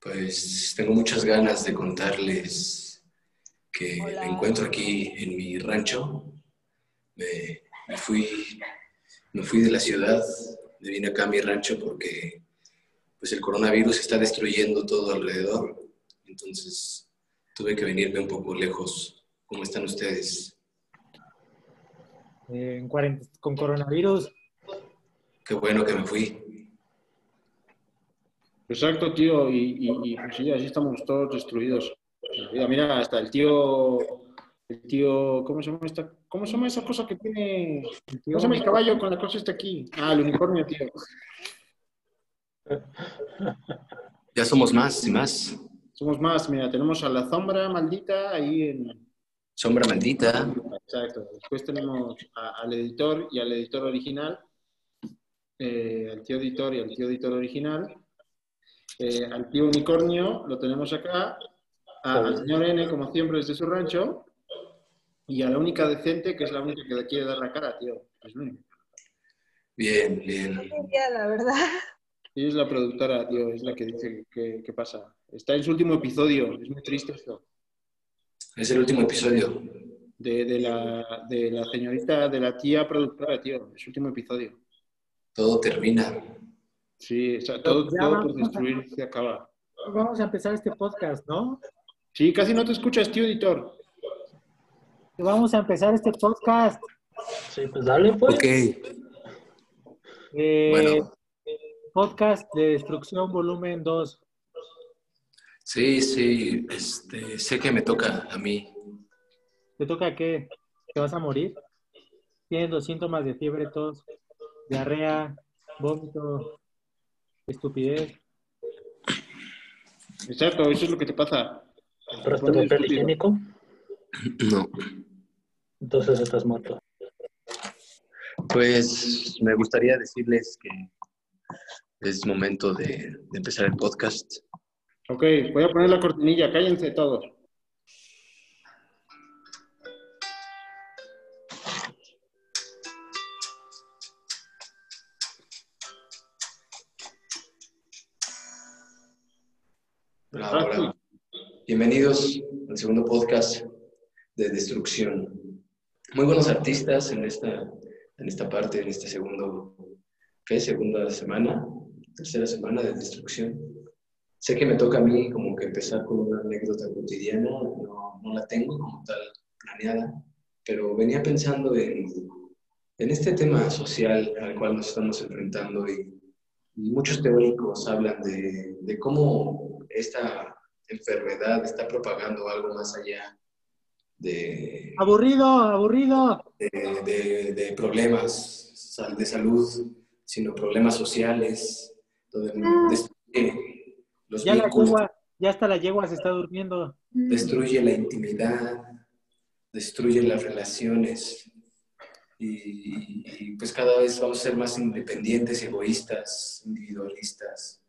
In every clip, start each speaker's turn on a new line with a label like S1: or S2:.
S1: Pues tengo muchas ganas de contarles que
S2: Hola.
S1: me encuentro aquí en mi rancho. Me, me fui, no fui de la ciudad, me vine acá a mi rancho porque pues el coronavirus está destruyendo todo alrededor. Entonces tuve que venirme un poco lejos. ¿Cómo están ustedes?
S3: Eh, en cuarent- con coronavirus.
S1: Qué bueno que me fui.
S4: Exacto, tío, y, y- y, pues sí, así estamos todos destruidos. Mira, mira, hasta el tío, el tío, ¿cómo se llama esta? ¿Cómo se llama esa cosa que tiene? ¿Cómo se llama el caballo con la cosa está aquí? Ah, el unicornio, tío.
S1: Ya somos más y más.
S4: Somos más, mira, tenemos a la sombra maldita ahí en.
S1: Sombra maldita.
S4: Exacto. Después tenemos a- al editor y al editor original, eh, al tío editor y al tío editor original. Eh, al tío unicornio lo tenemos acá, a- al señor N, como siempre, desde su rancho, y a la única decente, que es la única que le quiere dar la cara, tío. Es la única.
S1: Bien, bien.
S2: Ya, la verdad.
S4: Ella es la productora, tío, es la que dice qué qué pasa. Está en su último episodio, es muy triste esto.
S1: Es el último episodio.
S4: De, de la, de la señorita, de la tía productora, tío, es su último episodio.
S1: Todo termina.
S4: Sí, o sea, todo,
S3: Ya
S4: todo por
S3: vamos a-
S4: destruir se acaba.
S3: Vamos a empezar este podcast, ¿no?
S4: Sí, casi no te escuchas, tío editor.
S3: Vamos a empezar este podcast.
S5: Sí, pues dale, pues.
S1: Ok,
S3: eh,
S1: bueno.
S3: Podcast de Destrucción Volumen 2.
S1: Sí, sí, este, sé que me toca a mí.
S3: ¿Te toca qué? ¿Te vas a morir? Tienes los síntomas de fiebre, tos, diarrea, vómito, estupidez.
S4: Exacto, eso es lo que te pasa.
S5: Compraste papel higiénico,
S1: No.
S5: entonces estás muerto.
S1: Pues me gustaría decirles que es momento de, de empezar el podcast.
S4: Ok, voy a poner la cortinilla, cállense todos.
S1: Bravo, bravo. Ah, Bienvenidos al segundo podcast de Destrucción. Muy buenos artistas en esta, en esta parte, en esta segundo, ¿qué? segunda semana, tercera semana de Destrucción. Sé que me toca a mí como que empezar con una anécdota cotidiana, no, no la tengo como tal planeada, pero venía pensando en, en este tema social al cual nos estamos enfrentando y y muchos teóricos hablan de, de cómo esta enfermedad está propagando algo más allá de,
S3: Aburrido, aburrido.
S1: de- de- de problemas sal- de salud, sino problemas sociales, donde destruye los
S3: Ah. Ya la
S1: vínculos,
S3: yegua, ya hasta la yegua se está durmiendo.
S1: Mm. destruye la intimidad, destruye las relaciones. Y, y pues cada vez vamos a ser más independientes, egoístas, individualistas.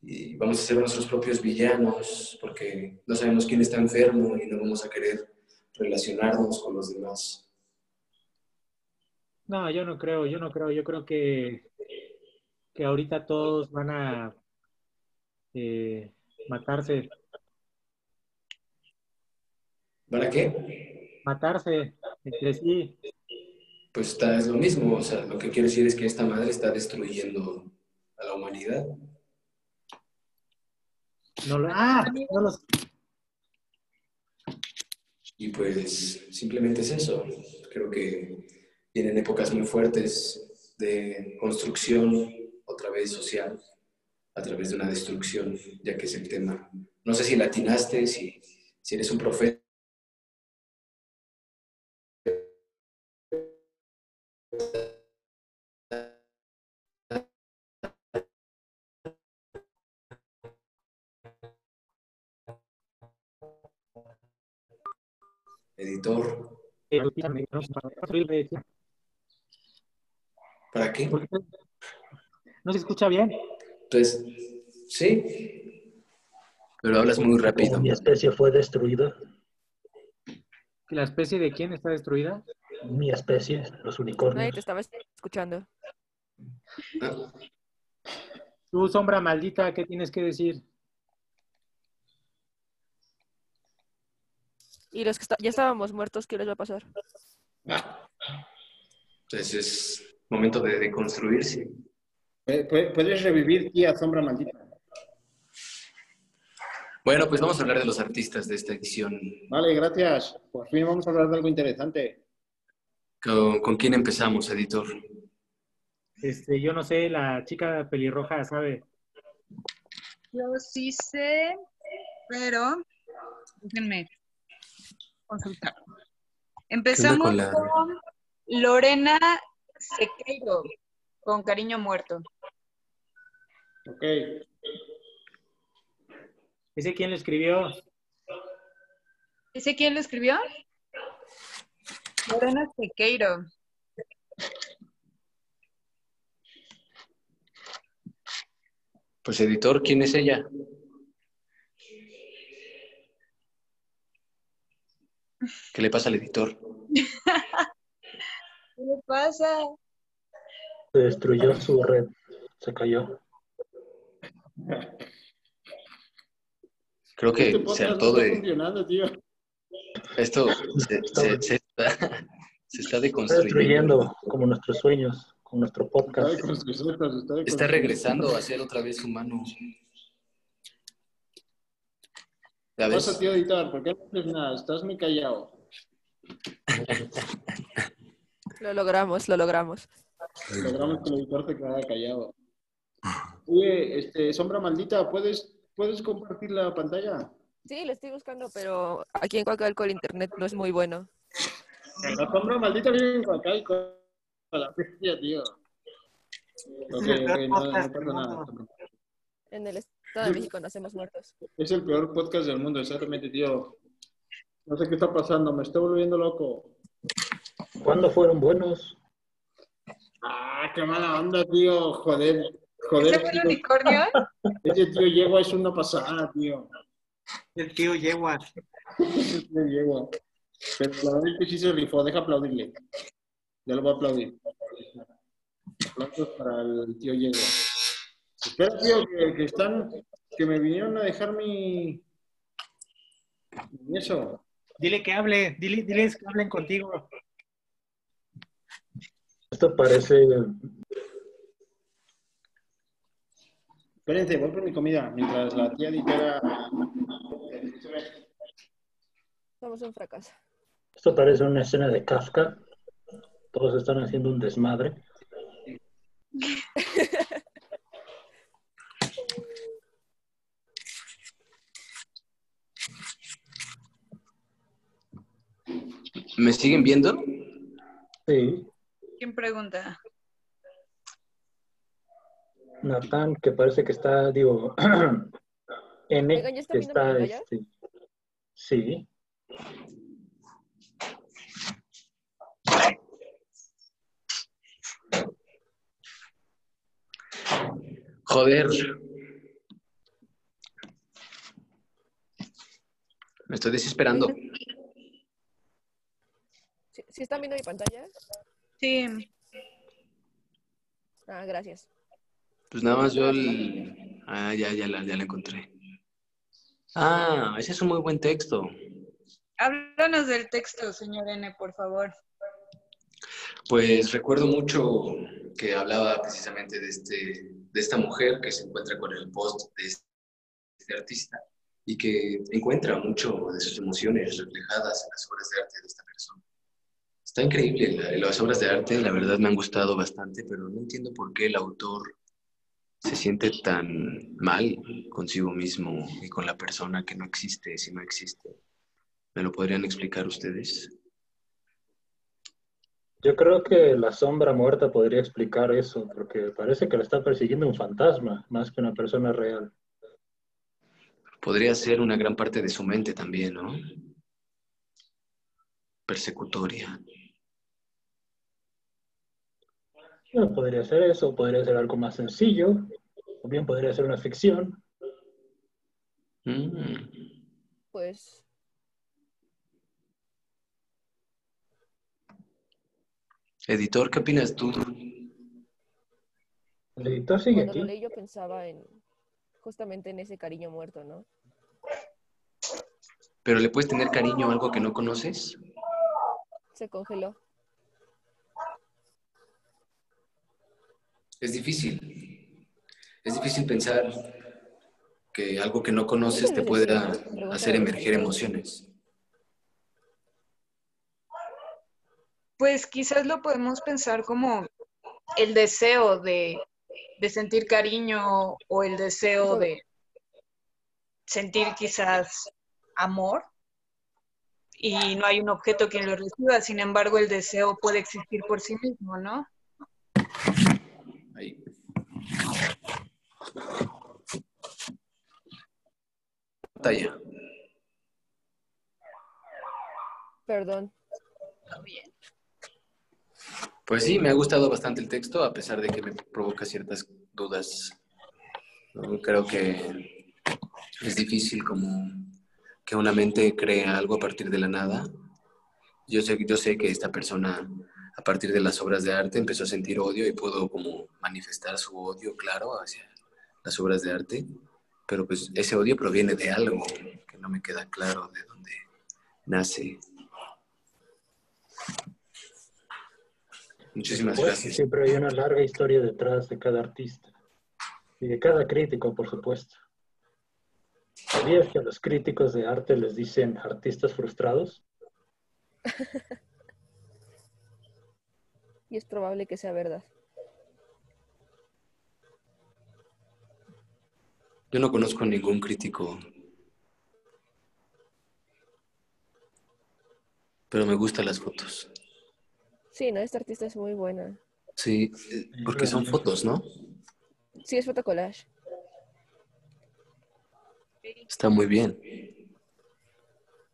S1: Y vamos a ser nuestros propios villanos porque no sabemos quién está enfermo y no vamos a querer relacionarnos con los demás.
S3: No, yo no creo, yo no creo. Yo creo que, que ahorita todos van a eh, matarse,
S1: ¿Para qué?
S3: matarse entre sí.
S1: Pues está, es lo mismo. O sea, lo que quiero decir es que esta madre está destruyendo a la humanidad.
S3: No lo- ah, no los-
S1: Y pues simplemente es eso. Creo que vienen épocas muy fuertes de construcción, otra vez social, a través de una destrucción, ya que es el tema. No sé si latinaste, si, si eres un profeta. Editor,
S3: eh, no
S1: ¿para qué?
S3: se escucha bien.
S1: Entonces, sí. Pero hablas muy rápido.
S5: Mi especie fue destruida.
S3: ¿Que ¿La especie de quién está destruida?
S5: Mi especie, los
S6: Nadie te
S5: unicornios.
S6: estaba escuchando.
S1: Ah,
S3: Tú, sombra maldita, ¿qué tienes que decir?
S2: Y los que esta- ya estábamos muertos, ¿qué les va a pasar?
S1: Entonces es momento de deconstruirse.
S4: Eh, pu- Puedes revivir tía sombra maldita.
S1: Bueno, pues vamos a hablar de los artistas de esta edición.
S4: Vale, gracias. Por fin vamos a hablar de algo interesante.
S1: ¿Con, con quién empezamos, editor?
S3: Este, yo no sé, la chica pelirroja sabe.
S6: Yo sí sé, pero déjenme consultar. Empezamos
S1: con
S6: con,
S1: la-
S6: Lorena Sequeiro, con Cariño Muerto.
S4: Ok.
S3: ¿Ese quién lo escribió?
S6: ¿Ese quién lo escribió? Lorena Sequeiro.
S1: Pues, editor, ¿quién es ella? ¿Qué le pasa al editor?
S6: ¿Qué le pasa?
S5: Se destruyó su red. Se cayó.
S1: Creo que se hartó
S4: Este no está
S1: de.
S4: funcionando, tío.
S1: Esto se, se- se está, se está
S5: Está
S1: deconstruyendo.
S5: destruyendo como nuestros sueños, como nuestro
S4: Está
S5: podcast.
S4: de construcción, está de
S1: Está
S4: construcción.
S1: regresando a ser otra vez humano.
S4: ¿Qué
S1: ¿Sabes?
S4: pasa, tío editor? ¿Por qué no haces nada? Estás muy callado.
S2: Lo logramos, lo logramos.
S4: Logramos que el editor se quedara callado. Oye, este, sombra maldita, ¿puedes, ¿puedes compartir la pantalla?
S2: Sí, lo estoy buscando, pero aquí en Coacalco el internet no es muy bueno.
S4: La sombra maldita vive en Huacaico. A la bestia, tío. Ok, ok, no, no pasa nada.
S2: En el Estado de México nacemos muertos.
S4: Es el peor podcast del mundo, exactamente, tío. No sé qué está pasando, me estoy volviendo loco.
S5: ¿Cuándo fueron buenos?
S4: Ah, qué mala onda, tío. Joder, joder.
S6: ¿Ese fue el
S4: Tío.
S6: unicornio?
S4: Ese tío yegua es una pasada, tío.
S7: El tío Yegua.
S4: Ese tío yegua. Pero la verdad es que sí se rifó, deja aplaudirle. Ya lo voy a aplaudir. Aplausos para el tío yegua. Espera, tío, que, que están, que me vinieron a dejar mi... mi Eso.
S3: Dile que hable, dile, diles que hablen contigo.
S5: Esto parece
S4: Espérense, voy por mi comida, mientras la tía editora...
S2: Somos un fracaso.
S5: Esto parece una escena de Kafka. Todos están haciendo un desmadre.
S1: ¿Me siguen viendo?
S5: Sí.
S6: ¿Quién pregunta?
S5: Natán, que parece que está, digo, N,
S2: Oigan, ¿ya está
S5: que
S2: viendo mi
S5: está,
S2: pantalla?
S5: este, sí,
S1: Joder. Me estoy desesperando.
S2: ¿Sí, sí están viendo mi pantalla?
S6: Sí.
S2: Ah, gracias.
S1: Pues nada más yo el... Ah, ya, ya la, ya la encontré. Ah, ese es un muy buen texto.
S6: Háblanos del texto, señor N, por favor.
S1: Pues recuerdo mucho que hablaba precisamente de, este, de esta mujer que se encuentra con el post de este artista y que encuentra mucho de sus emociones reflejadas en las obras de arte de esta persona. Está increíble, la- las obras de arte la verdad me han gustado bastante, pero no entiendo por qué el autor se siente tan mal consigo mismo y con la persona que no existe, si no existe. ¿Me lo podrían explicar ustedes?
S5: yo creo que la sombra muerta podría explicar eso, porque parece que lo está persiguiendo un fantasma, más que una persona real.
S1: podría ser una gran parte de su mente también, ¿no? Persecutoria.
S5: Bueno, podría ser eso, podría ser algo más sencillo, o bien podría ser una ficción.
S1: Mm.
S2: Pues
S1: Editor, ¿qué opinas tú?
S5: El editor sigue
S2: cuando lo
S5: aquí.
S2: leí yo pensaba en justamente en ese cariño muerto, ¿no?
S1: pero le puedes tener cariño a algo que no conoces.
S2: Se congeló.
S1: Es difícil. Es difícil pensar que algo que no conoces te pueda hacer emerger emociones.
S6: Pues quizás lo podemos pensar como el deseo de, de sentir cariño o el deseo de sentir quizás amor y no hay un objeto que lo reciba, sin embargo el deseo puede existir por sí mismo, ¿no?
S1: Ahí. Pantalla.
S2: Perdón.
S6: Está bien.
S1: Pues sí, me ha gustado bastante el texto, a pesar de que me provoca ciertas dudas. ¿no? Creo que es difícil como que una mente crea algo a partir de la nada. Yo sé, yo sé que esta persona, a partir de las obras de arte, empezó a sentir odio y pudo como manifestar su odio, claro, hacia las obras de arte, pero pues ese odio proviene de algo que no me queda claro de dónde nace. Muchísimas
S5: Pues,
S1: gracias.
S5: Siempre hay una larga historia detrás de cada artista y de cada crítico, por supuesto. ¿Sabías que a los críticos de arte les dicen artistas frustrados?
S2: Y es probable que sea verdad.
S1: Yo no conozco ningún crítico. Pero me gustan las fotos.
S2: Sí, no, esta artista es muy buena.
S1: Sí, eh, porque son fotos, ¿no?
S2: Sí, es fotocollage.
S1: Está muy bien.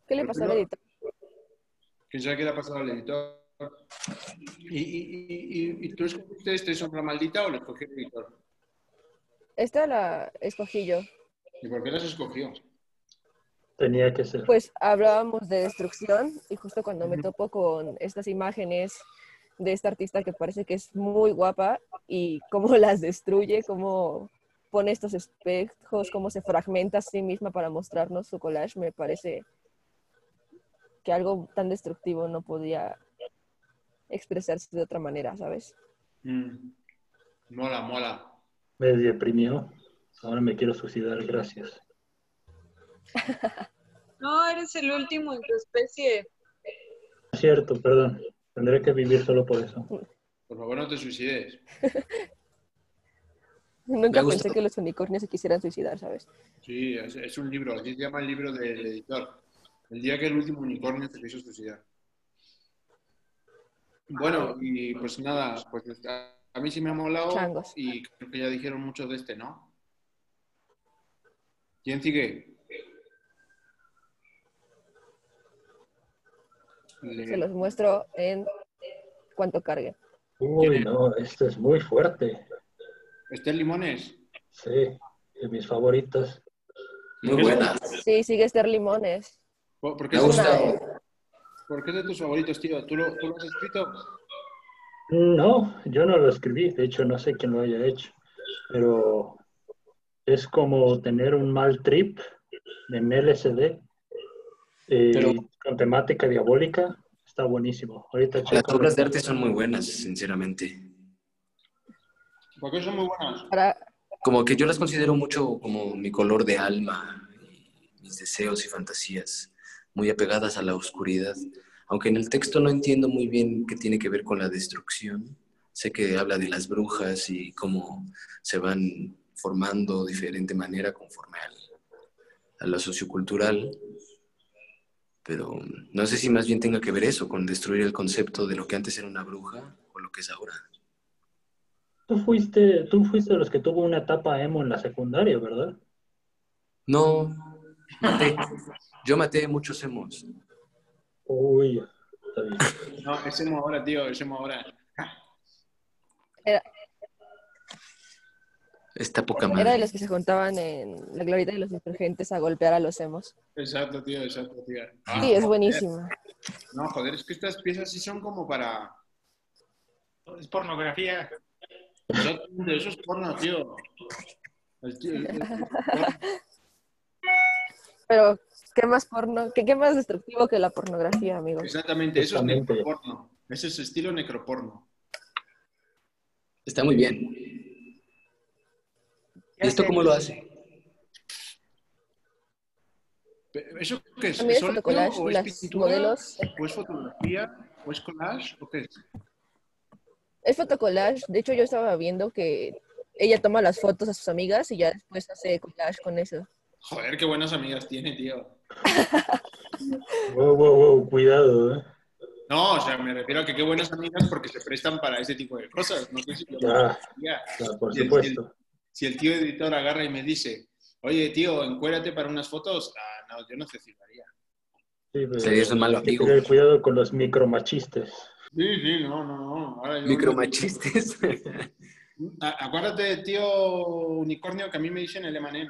S2: ¿Qué le pasó al editor?
S4: que ya que le ha pasado al editor. ¿Y, y- y- y- y tú escogiste este sombra maldita o lo escogió el editor?
S2: Esta la escogí yo.
S4: ¿Y por qué las escogió?
S5: Tenía que ser.
S2: Pues hablábamos de destrucción y justo cuando me topo con estas imágenes de esta artista que parece que es muy guapa y cómo las destruye, cómo pone estos espejos, cómo se fragmenta a sí misma para mostrarnos su collage, me parece que algo tan destructivo no podía expresarse de otra manera, ¿sabes?
S4: Mm. Mola, mola.
S5: Me deprimió. Ahora me quiero suicidar, gracias.
S6: No, eres el último en tu especie.
S5: Es Cierto, perdón. Tendré que vivir solo por eso.
S4: Por favor, no te suicides.
S2: Nunca
S1: gusta.
S2: pensé que los unicornios se quisieran suicidar, ¿sabes?
S4: Sí, es, es un libro. Así se llama el libro del editor. El día que el último unicornio se quiso suicidar. Bueno, y pues nada, pues a, a mí sí me ha molado
S2: Changos.
S4: y creo que ya dijeron mucho de este, ¿no? ¿Quién sigue? Le-
S2: Se los muestro en cuanto cargue.
S5: Uy, no, esto es muy fuerte.
S4: Esther Limones.
S5: Sí, de mis favoritas.
S1: Muy buena.
S2: Sí, sigue Esther Limones.
S4: ¿Por, por qué
S1: Me ha
S4: es,
S2: gusta.
S1: gustado.
S4: por qué es de tus favoritos, tío? ¿Tú lo, tú lo has escrito?
S5: No, yo no lo escribí, de hecho no sé quién lo haya hecho, pero es como tener un mal trip en LSD eh,
S1: Pero-
S5: con temática diabólica, está buenísimo. Ahorita
S1: Las
S5: checo.
S1: obras de arte son muy buenas, sinceramente.
S4: Porque son muy buenas.
S2: Para,
S1: Como que yo las considero mucho como mi color de alma, y mis deseos y fantasías, muy apegadas a la oscuridad. Aunque en el texto no entiendo muy bien qué tiene que ver con la destrucción. Sé que habla de las brujas y cómo se van formando de diferente manera conforme al, a lo sociocultural. Pero no sé si más bien tenga que ver eso con destruir el concepto de lo que antes era una bruja o lo que es ahora.
S5: Tú fuiste, tú fuiste de los que tuvo una etapa emo en la secundaria, ¿verdad?
S1: No, maté. Yo maté muchos emos.
S5: Uy, está bien.
S4: No, es emo ahora, tío, es emo ahora.
S1: Está poca
S2: Era de
S1: madre.
S2: los que se juntaban en la glorieta de los insurgentes a golpear a los emos.
S4: Exacto, tío, exacto, tío. Ah,
S2: Sí, es buenísima.
S4: No, joder, es que estas piezas sí son como para...
S7: Es pornografía.
S4: Exactamente, Eso es porno, tío. El tío- el- el-
S2: Pero ¿Qué más, porno, qué, qué más destructivo que la pornografía, amigos?
S4: Exactamente, eso
S5: Exactamente.
S4: es necroporno. Ese es estilo necroporno.
S1: Está muy bien. ¿Y esto cómo lo hace?
S4: Pero ¿Eso qué es?
S2: También
S4: ¿Es
S2: es
S4: óleo
S2: fotocollage,
S4: o es
S2: las
S4: pintura?
S2: modelos.
S4: ¿O es fotografía? ¿O es collage? ¿O qué es?
S2: Es fotocollage. De hecho, yo estaba viendo que ella toma las fotos a sus amigas y ya después hace collage con eso.
S4: Joder, qué buenas amigas tiene, tío.
S5: Wow, wow, wow, cuidado, ¿eh?
S4: No, o sea, me refiero a que qué buenas amigas porque se prestan para ese tipo de cosas. No sé si lo
S5: Ya,
S4: Ya.
S5: ya, por
S4: Sí, sí.
S5: supuesto.
S4: Si el tío editor agarra y me dice, oye, tío, encuérate para unas fotos, ah, no, yo no te firmaría.
S5: Sí, pero
S1: Serías un malo
S5: hay que
S1: amigo.
S5: tener cuidado con los micromachistas.
S4: Sí, sí, no, no, no. Ahora yo-
S1: Micromachistes.
S4: A- Acuérdate, tío unicornio, que a mí me dicen el Emanem.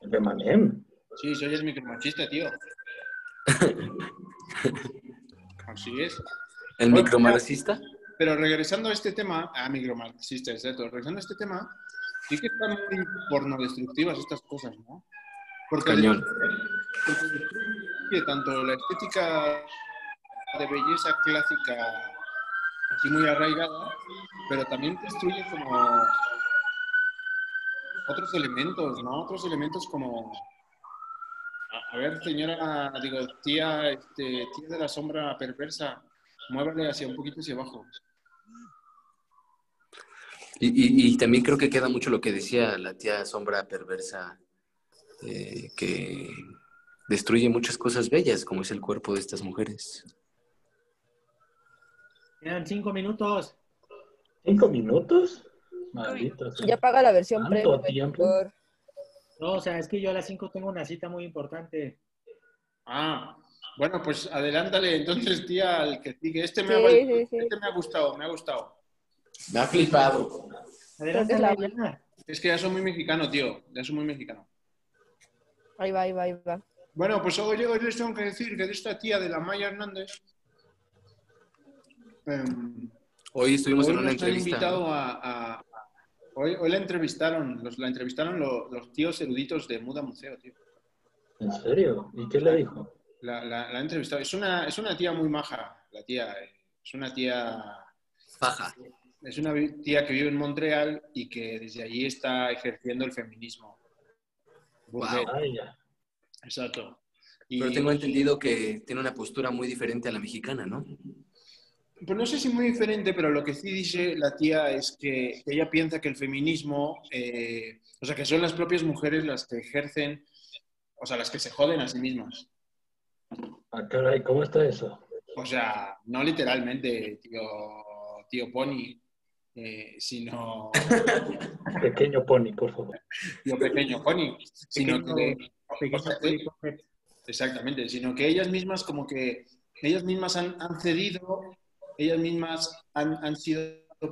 S5: El de Manem.
S4: Sí, soy el micromachista, tío. Así es.
S1: ¿El
S4: Bueno,
S1: micromarxista?
S4: Pero regresando a este tema, a micromarxista, exacto, regresando a este tema, sí que están muy pornodestructivas estas cosas, ¿no? Porque
S1: Cañón.
S4: porque destruye tanto la estética de belleza clásica, así muy arraigada, pero también destruye como otros elementos, ¿no? Otros elementos como... A- A ver, señora, digo, tía, este, tía de la sombra perversa, muévale hacia un poquito hacia abajo.
S1: Y, y- y también creo que queda mucho lo que decía la tía sombra perversa, eh, que destruye muchas cosas bellas, como es el cuerpo de estas mujeres.
S3: Quedan cinco minutos.
S5: ¿Cinco minutos? Maldito sea.
S2: Ya paga la versión
S5: ¿Tanto
S2: premium.
S5: tiempo?
S2: editor.
S3: No, o sea, es que yo a las cinco tengo una cita muy importante.
S4: Ah, bueno, pues adelántale entonces, tía, al que sigue. Este me, ha,
S2: Sí,
S4: valido,
S2: sí, sí.
S4: este me ha gustado, me ha gustado.
S1: Me ha flipado.
S3: Adelante,
S2: Creo que
S3: Adriana.
S4: Es que ya soy muy mexicano, tío, ya soy muy mexicano.
S2: Ahí va, ahí va, ahí va.
S4: Bueno, pues hoy, hoy les tengo que decir que de esta tía de la Maya Hernández, em,
S1: Hoy estuvimos
S4: hoy
S1: en una
S4: nos han
S1: entrevista.
S4: invitado
S1: ¿no?
S4: a... a- a- hoy, hoy la entrevistaron, los, la entrevistaron lo- los tíos eruditos de Muda Museo, tío.
S5: ¿En serio? ¿Y qué le dijo?
S4: La, la, la han entrevistado. Es una, es una tía muy maja, la tía. eh. Es una tía
S1: Paja.
S4: Es una vi- tía que vive en Montreal y que desde allí está ejerciendo el feminismo. Burgués,
S1: Wow.
S5: Ah, ya.
S4: Exacto. Y,
S1: Pero tengo entendido que tiene una postura muy diferente a la mexicana, ¿no?
S4: Pues no sé si muy diferente, pero lo que sí dice la tía es que ella piensa que el feminismo, eh, o sea, que son las propias mujeres las que ejercen, o sea, las que se joden a sí mismas.
S5: Ah, caray, ¿cómo está eso?
S4: O sea, no literalmente, tío, tío Pony, eh, sino...
S5: Pequeño pony, por favor.
S4: Tío pequeño Pony, sino que...
S3: Pequeño- Pequeño
S4: o sea, eh,
S3: público, eh,
S4: Exactamente, sino que ellas mismas como que ellas mismas han, han cedido, ellas mismas han, han sido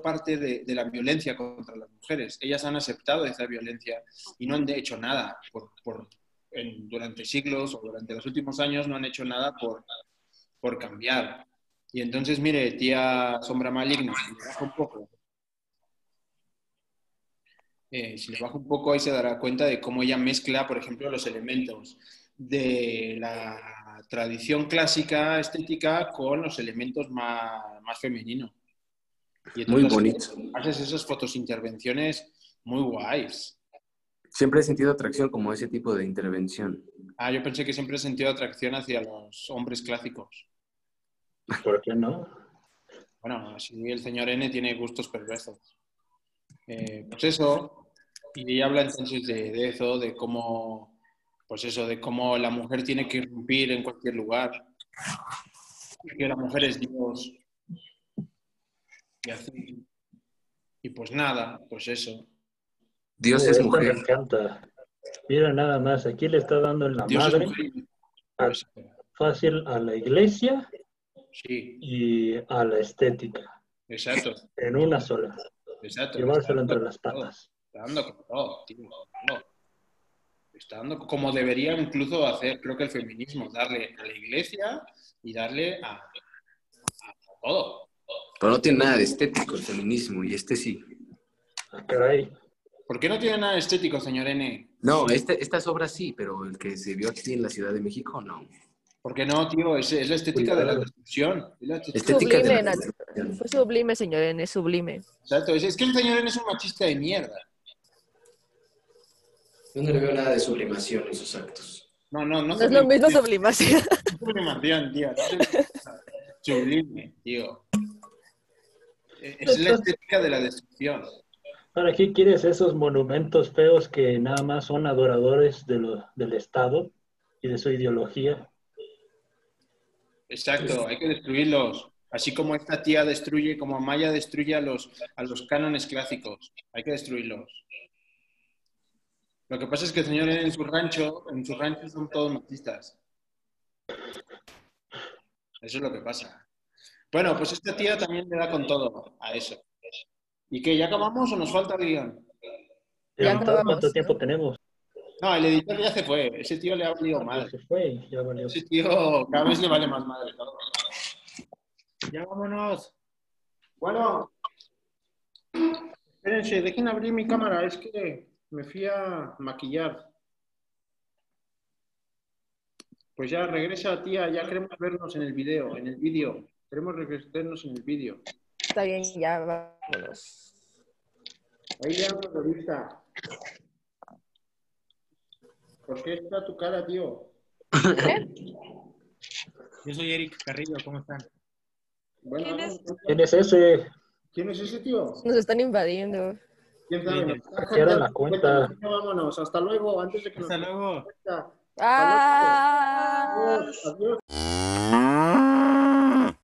S4: parte de, de la violencia contra las mujeres. Ellas han aceptado esa violencia y no han hecho nada por, por- en- durante siglos o durante los últimos años no han hecho nada por, por cambiar. Y entonces, mire, tía Sombra Maligna, si le baja un poco, eh, si le baja un poco ahí se dará cuenta de cómo ella mezcla, por ejemplo, los elementos de la tradición clásica estética con los elementos más, más femeninos. Y
S1: Muy
S4: entonces
S1: bonito.
S4: Haces esas fotos intervenciones muy guays.
S1: Siempre he sentido atracción como ese tipo de intervención.
S4: Ah, yo pensé que siempre he sentido atracción hacia los hombres clásicos.
S5: ¿Por qué no?
S4: Bueno, si el señor N tiene gustos perversos. Eh, pues eso, y ella habla entonces de, de eso, de cómo, pues eso, de cómo la mujer tiene que irrumpir en cualquier lugar, que la mujer es Dios. Y así. Y pues nada, pues eso.
S1: Dios
S5: Mira,
S1: es
S5: esta
S1: mujer.
S5: Me encanta. Mira nada más, aquí le está dando en la
S4: Dios
S5: madre
S4: es Pues, mujer.
S5: Madre. fácil a la iglesia
S4: Sí,
S5: y a la estética.
S4: exacto,
S5: En una sola.
S4: exacto.
S5: Llevárselo entre
S4: Está dando
S5: las
S4: con todo,
S5: patas.
S4: Está dando con todo, tío. con todo. Está dando como debería incluso hacer, creo que el feminismo, darle a la iglesia y darle a, a todo.
S1: Pero no tiene nada de estético el feminismo, y este sí.
S5: Ah, caray.
S4: ¿Por qué no tiene nada estético, señor N?
S1: No, este- estas obras sí, pero el que se vio aquí en la Ciudad de México, no.
S4: Porque no, tío, es, es la estética de la destrucción. Es la estética-
S1: Estética de
S2: Sublime,
S1: la
S2: Nacho.
S1: construcción.
S2: Fue sublime, señor N, sublime.
S4: Exacto, es, es que el señor N es un machista de mierda.
S1: Yo no le veo nada de sublimación en sus actos.
S4: No, no, no.
S2: No es lo mismo
S4: sublimación,
S2: sublimación.
S4: sublimación, tío. no es- Sublime, tío. Es la estética de la destrucción.
S5: ¿Para qué quieres esos monumentos feos que nada más son adoradores de lo- del Estado y de su ideología?
S4: Exacto, hay que destruirlos. Así como esta tía destruye, como Amaya destruye a los, a los cánones clásicos. Hay que destruirlos. Lo que pasa es que, señores, en su rancho, en su rancho son todos machistas. Eso es lo que pasa. Bueno, pues esta tía también le da con todo a eso. ¿Y qué? ¿Ya acabamos o nos falta el guión?
S2: Ya
S5: Entonces,
S2: acabamos.
S5: ¿Cuánto tiempo tenemos?
S4: No, el editor ya se fue. Ese tío le ha valido madre.
S5: Se fue, ya valió.
S4: Ese tío cada vez le vale más madre. todo.
S3: Ya vámonos.
S4: Bueno, espérense, dejen abrir mi cámara, es que me fui a maquillar. Pues ya regresa, tía, ya queremos vernos en el video, en el vídeo. Queremos regresarnos en el vídeo.
S2: Está bien, ya vámonos.
S4: Ahí le hago la revista. ¿Por qué está tu cara, tío?
S3: Yo soy Eric Carrillo, ¿cómo están?
S4: Bueno,
S6: ¿Quién es?
S5: ¿Quién es ese?
S4: ¿quién es ese tío?
S2: Nos están invadiendo.
S4: ¿Quién
S3: Mira,
S5: saquearon la cuenta.
S4: Vámonos, hasta luego, antes de que nos...
S3: Hasta luego.
S4: Hasta
S2: ¡Ah!
S4: luego, Adiós.